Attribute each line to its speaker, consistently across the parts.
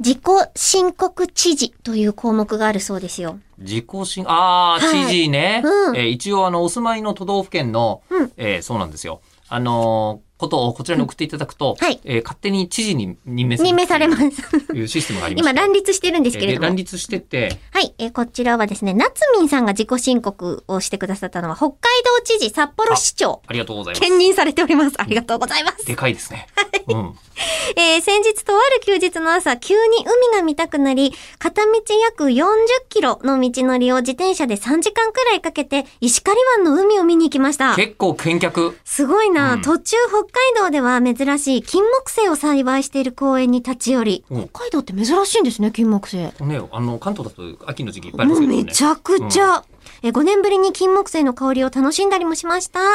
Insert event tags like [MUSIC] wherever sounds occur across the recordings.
Speaker 1: 自己申告知事という項目があるそうですよ。
Speaker 2: 自己申、
Speaker 1: は
Speaker 2: ああ、
Speaker 1: い
Speaker 2: 知事ね。
Speaker 1: うん
Speaker 2: えー一応、あの、お住まいの都道府県の、
Speaker 1: うん
Speaker 2: えーそうなんですよ。あのーことをこちらに送っていただくと、
Speaker 1: うんはい
Speaker 2: えー勝手に知事に任命する。。
Speaker 1: 任命されます
Speaker 2: [LAUGHS]
Speaker 1: す。
Speaker 2: いうシステムがありま
Speaker 1: 今
Speaker 2: す。
Speaker 1: 乱立してるんですけれ
Speaker 2: えー
Speaker 1: ど
Speaker 2: で乱
Speaker 1: も。
Speaker 2: 立してて、
Speaker 1: はい、えーこちらはですね、夏民さんが自己申告をしてくださったのは、北海道知事、札幌市長、
Speaker 2: ありがとうございます。
Speaker 1: 兼任されております。ありがとうございます。
Speaker 2: でかいですね。うん。
Speaker 1: えー先日とある休日の朝、急に海が見たくなり、片道約40キロの道のりを自転車で3時間くらいかけて、石狩湾の海を見に行きました。
Speaker 2: 結構見客。
Speaker 1: すごいな、
Speaker 2: うん
Speaker 1: 途中北海道では珍しい金木犀を栽培している公園に立ち寄り、
Speaker 2: うん
Speaker 1: 北海道って珍しいんですね、金木犀。
Speaker 2: ね、あの、関東だと秋の時期いっぱいあり
Speaker 1: も
Speaker 2: ます
Speaker 1: う
Speaker 2: けどね。
Speaker 1: めちゃくちゃ、え5年ぶりに金木犀の香りを楽しんだりもしました。
Speaker 2: うん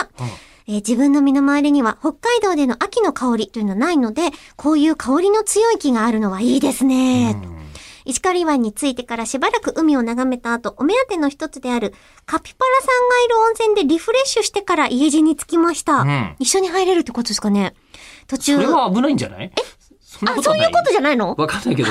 Speaker 1: えー自分の身の回りには北海道での秋の香りというのはないので、こういう香りの強い木があるのはいいですね。
Speaker 2: うん
Speaker 1: 石狩湾に着いてからしばらく海を眺めた後、お目当ての一つであるカピパラさんがいる温泉でリフレッシュしてから家路に着きました。
Speaker 2: うん
Speaker 1: 一緒に入れるってことですかね途中。
Speaker 2: それは危ないんじゃないえそんな
Speaker 1: あ、
Speaker 2: こと
Speaker 1: そ
Speaker 2: は
Speaker 1: うい
Speaker 2: ないう
Speaker 1: ことじゃないの
Speaker 2: わかんないけど、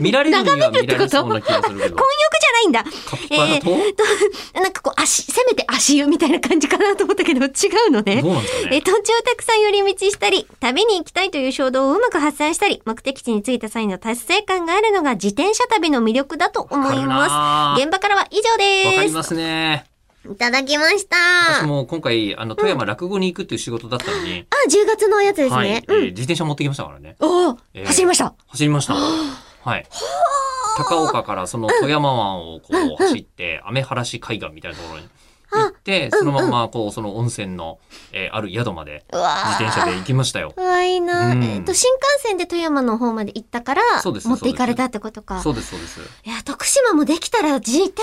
Speaker 2: 見られるには
Speaker 1: 眺めるっ
Speaker 2: 見
Speaker 1: て
Speaker 2: ら
Speaker 1: こ
Speaker 2: れ
Speaker 1: と
Speaker 2: そうな気が
Speaker 1: [LAUGHS]
Speaker 2: するけど
Speaker 1: 混。浴じゃないんだ。
Speaker 2: カピバラと、
Speaker 1: と、 [LAUGHS] なんかこう足、せめて足湯みたいな感じかなと思ったけど、違うのね
Speaker 2: ど。うなんですか
Speaker 1: え
Speaker 2: ね。
Speaker 1: 途中たくさん寄り道したり、旅に行きたいという衝動をうまく発散したり、目的地に着いた際の達成感があるのが自転車旅の魅力だと思いま
Speaker 2: わ
Speaker 1: す。現場からは以上です。
Speaker 2: かりますね。
Speaker 1: いただきました。
Speaker 2: 私
Speaker 1: あ、
Speaker 2: も今回、あの、富山落語に行くっていう仕事だったのに、
Speaker 1: 10月のやつです
Speaker 2: はい、え
Speaker 1: ね。
Speaker 2: ー
Speaker 1: うん。
Speaker 2: 自転車持ってきましたからね。
Speaker 1: おお、
Speaker 2: えー
Speaker 1: 走りました。
Speaker 2: 走りました。はい。高岡からその富山湾をこう走って、雨晴らし海岸みたいなところに行って、そのまんまこう、その温泉の、えーある宿まで
Speaker 1: うわー
Speaker 2: 自転車で行きましたよ。
Speaker 1: うわ、いいな、
Speaker 2: うん
Speaker 1: えっと、新幹線で富山の方まで行ったから、
Speaker 2: そうです
Speaker 1: 持っていかれたってことか。
Speaker 2: そうです、そうです。
Speaker 1: いや、徳島もできたら自転車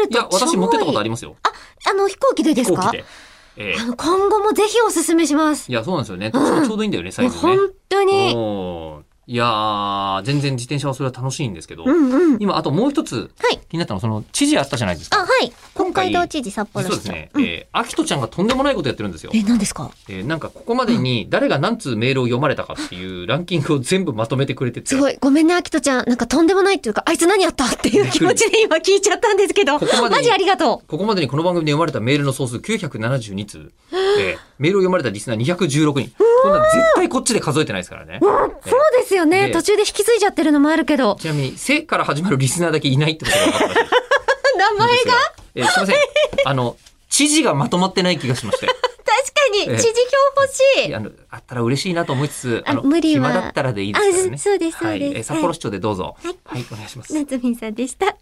Speaker 1: ある
Speaker 2: い
Speaker 1: と
Speaker 2: や、私持ってったことあ
Speaker 1: り
Speaker 2: りますよ。
Speaker 1: あの、飛行機でです
Speaker 2: 飛行
Speaker 1: か
Speaker 2: 機で。ええ
Speaker 1: あの、今後もぜひおすすめします。
Speaker 2: いや、そうなんですよね。私もちょうどいいんだよね、サ
Speaker 1: もう
Speaker 2: イズね
Speaker 1: 本。当に。
Speaker 2: もういやー、全然自転車はそれは楽しいんですけど
Speaker 1: う、んうん。
Speaker 2: 今、あともう一つ
Speaker 1: はい
Speaker 2: 気になったのは、その、知事あったじゃないです
Speaker 1: あ、
Speaker 2: か。
Speaker 1: はい。
Speaker 2: 今
Speaker 1: 北
Speaker 2: 回
Speaker 1: 海道知事札幌
Speaker 2: 実
Speaker 1: 市
Speaker 2: は
Speaker 1: 長。
Speaker 2: ですね、
Speaker 1: うん、
Speaker 2: えー、アキトちゃんがとんでもないことやってるんですよ。
Speaker 1: え、何ですか
Speaker 2: えーなんかここまでに誰が何通メールを読まれたかっていうランキングを全部まとめてくれてて、
Speaker 1: す
Speaker 2: こ
Speaker 1: ごい。ごめんね、アキトちゃん。なんかとんでもないっていうか、あいつ何やったって
Speaker 2: [LAUGHS]
Speaker 1: いう気持ちで今聞いちゃったんですけど。
Speaker 2: ここまでに
Speaker 1: マジありがと
Speaker 2: こまでにこの番組で読まれたメールの総数972通、えーメールを読まれたリスナー216人。こんなん絶対こっちで数えてないですからね。
Speaker 1: う。そうですよね。
Speaker 2: で
Speaker 1: 途中で引き継いじゃってるのもあるけど。
Speaker 2: ちなみに、せから始まるリスナーだけいないってことが分かったらしい
Speaker 1: [LAUGHS]
Speaker 2: です。
Speaker 1: 名前が
Speaker 2: えーすいません。あの、知事がまとまってない気がしまして。
Speaker 1: 確かに、
Speaker 2: ええ
Speaker 1: 知事票欲しい。
Speaker 2: あの、あったら嬉しいなと思いつつ、
Speaker 1: あ
Speaker 2: あの、
Speaker 1: 無理は
Speaker 2: 暇だったらでいいですからね。
Speaker 1: あそうですそうです
Speaker 2: はいえー札幌市長でどうぞ。
Speaker 1: はい
Speaker 2: はい、お願いします。
Speaker 1: 夏美さんでした。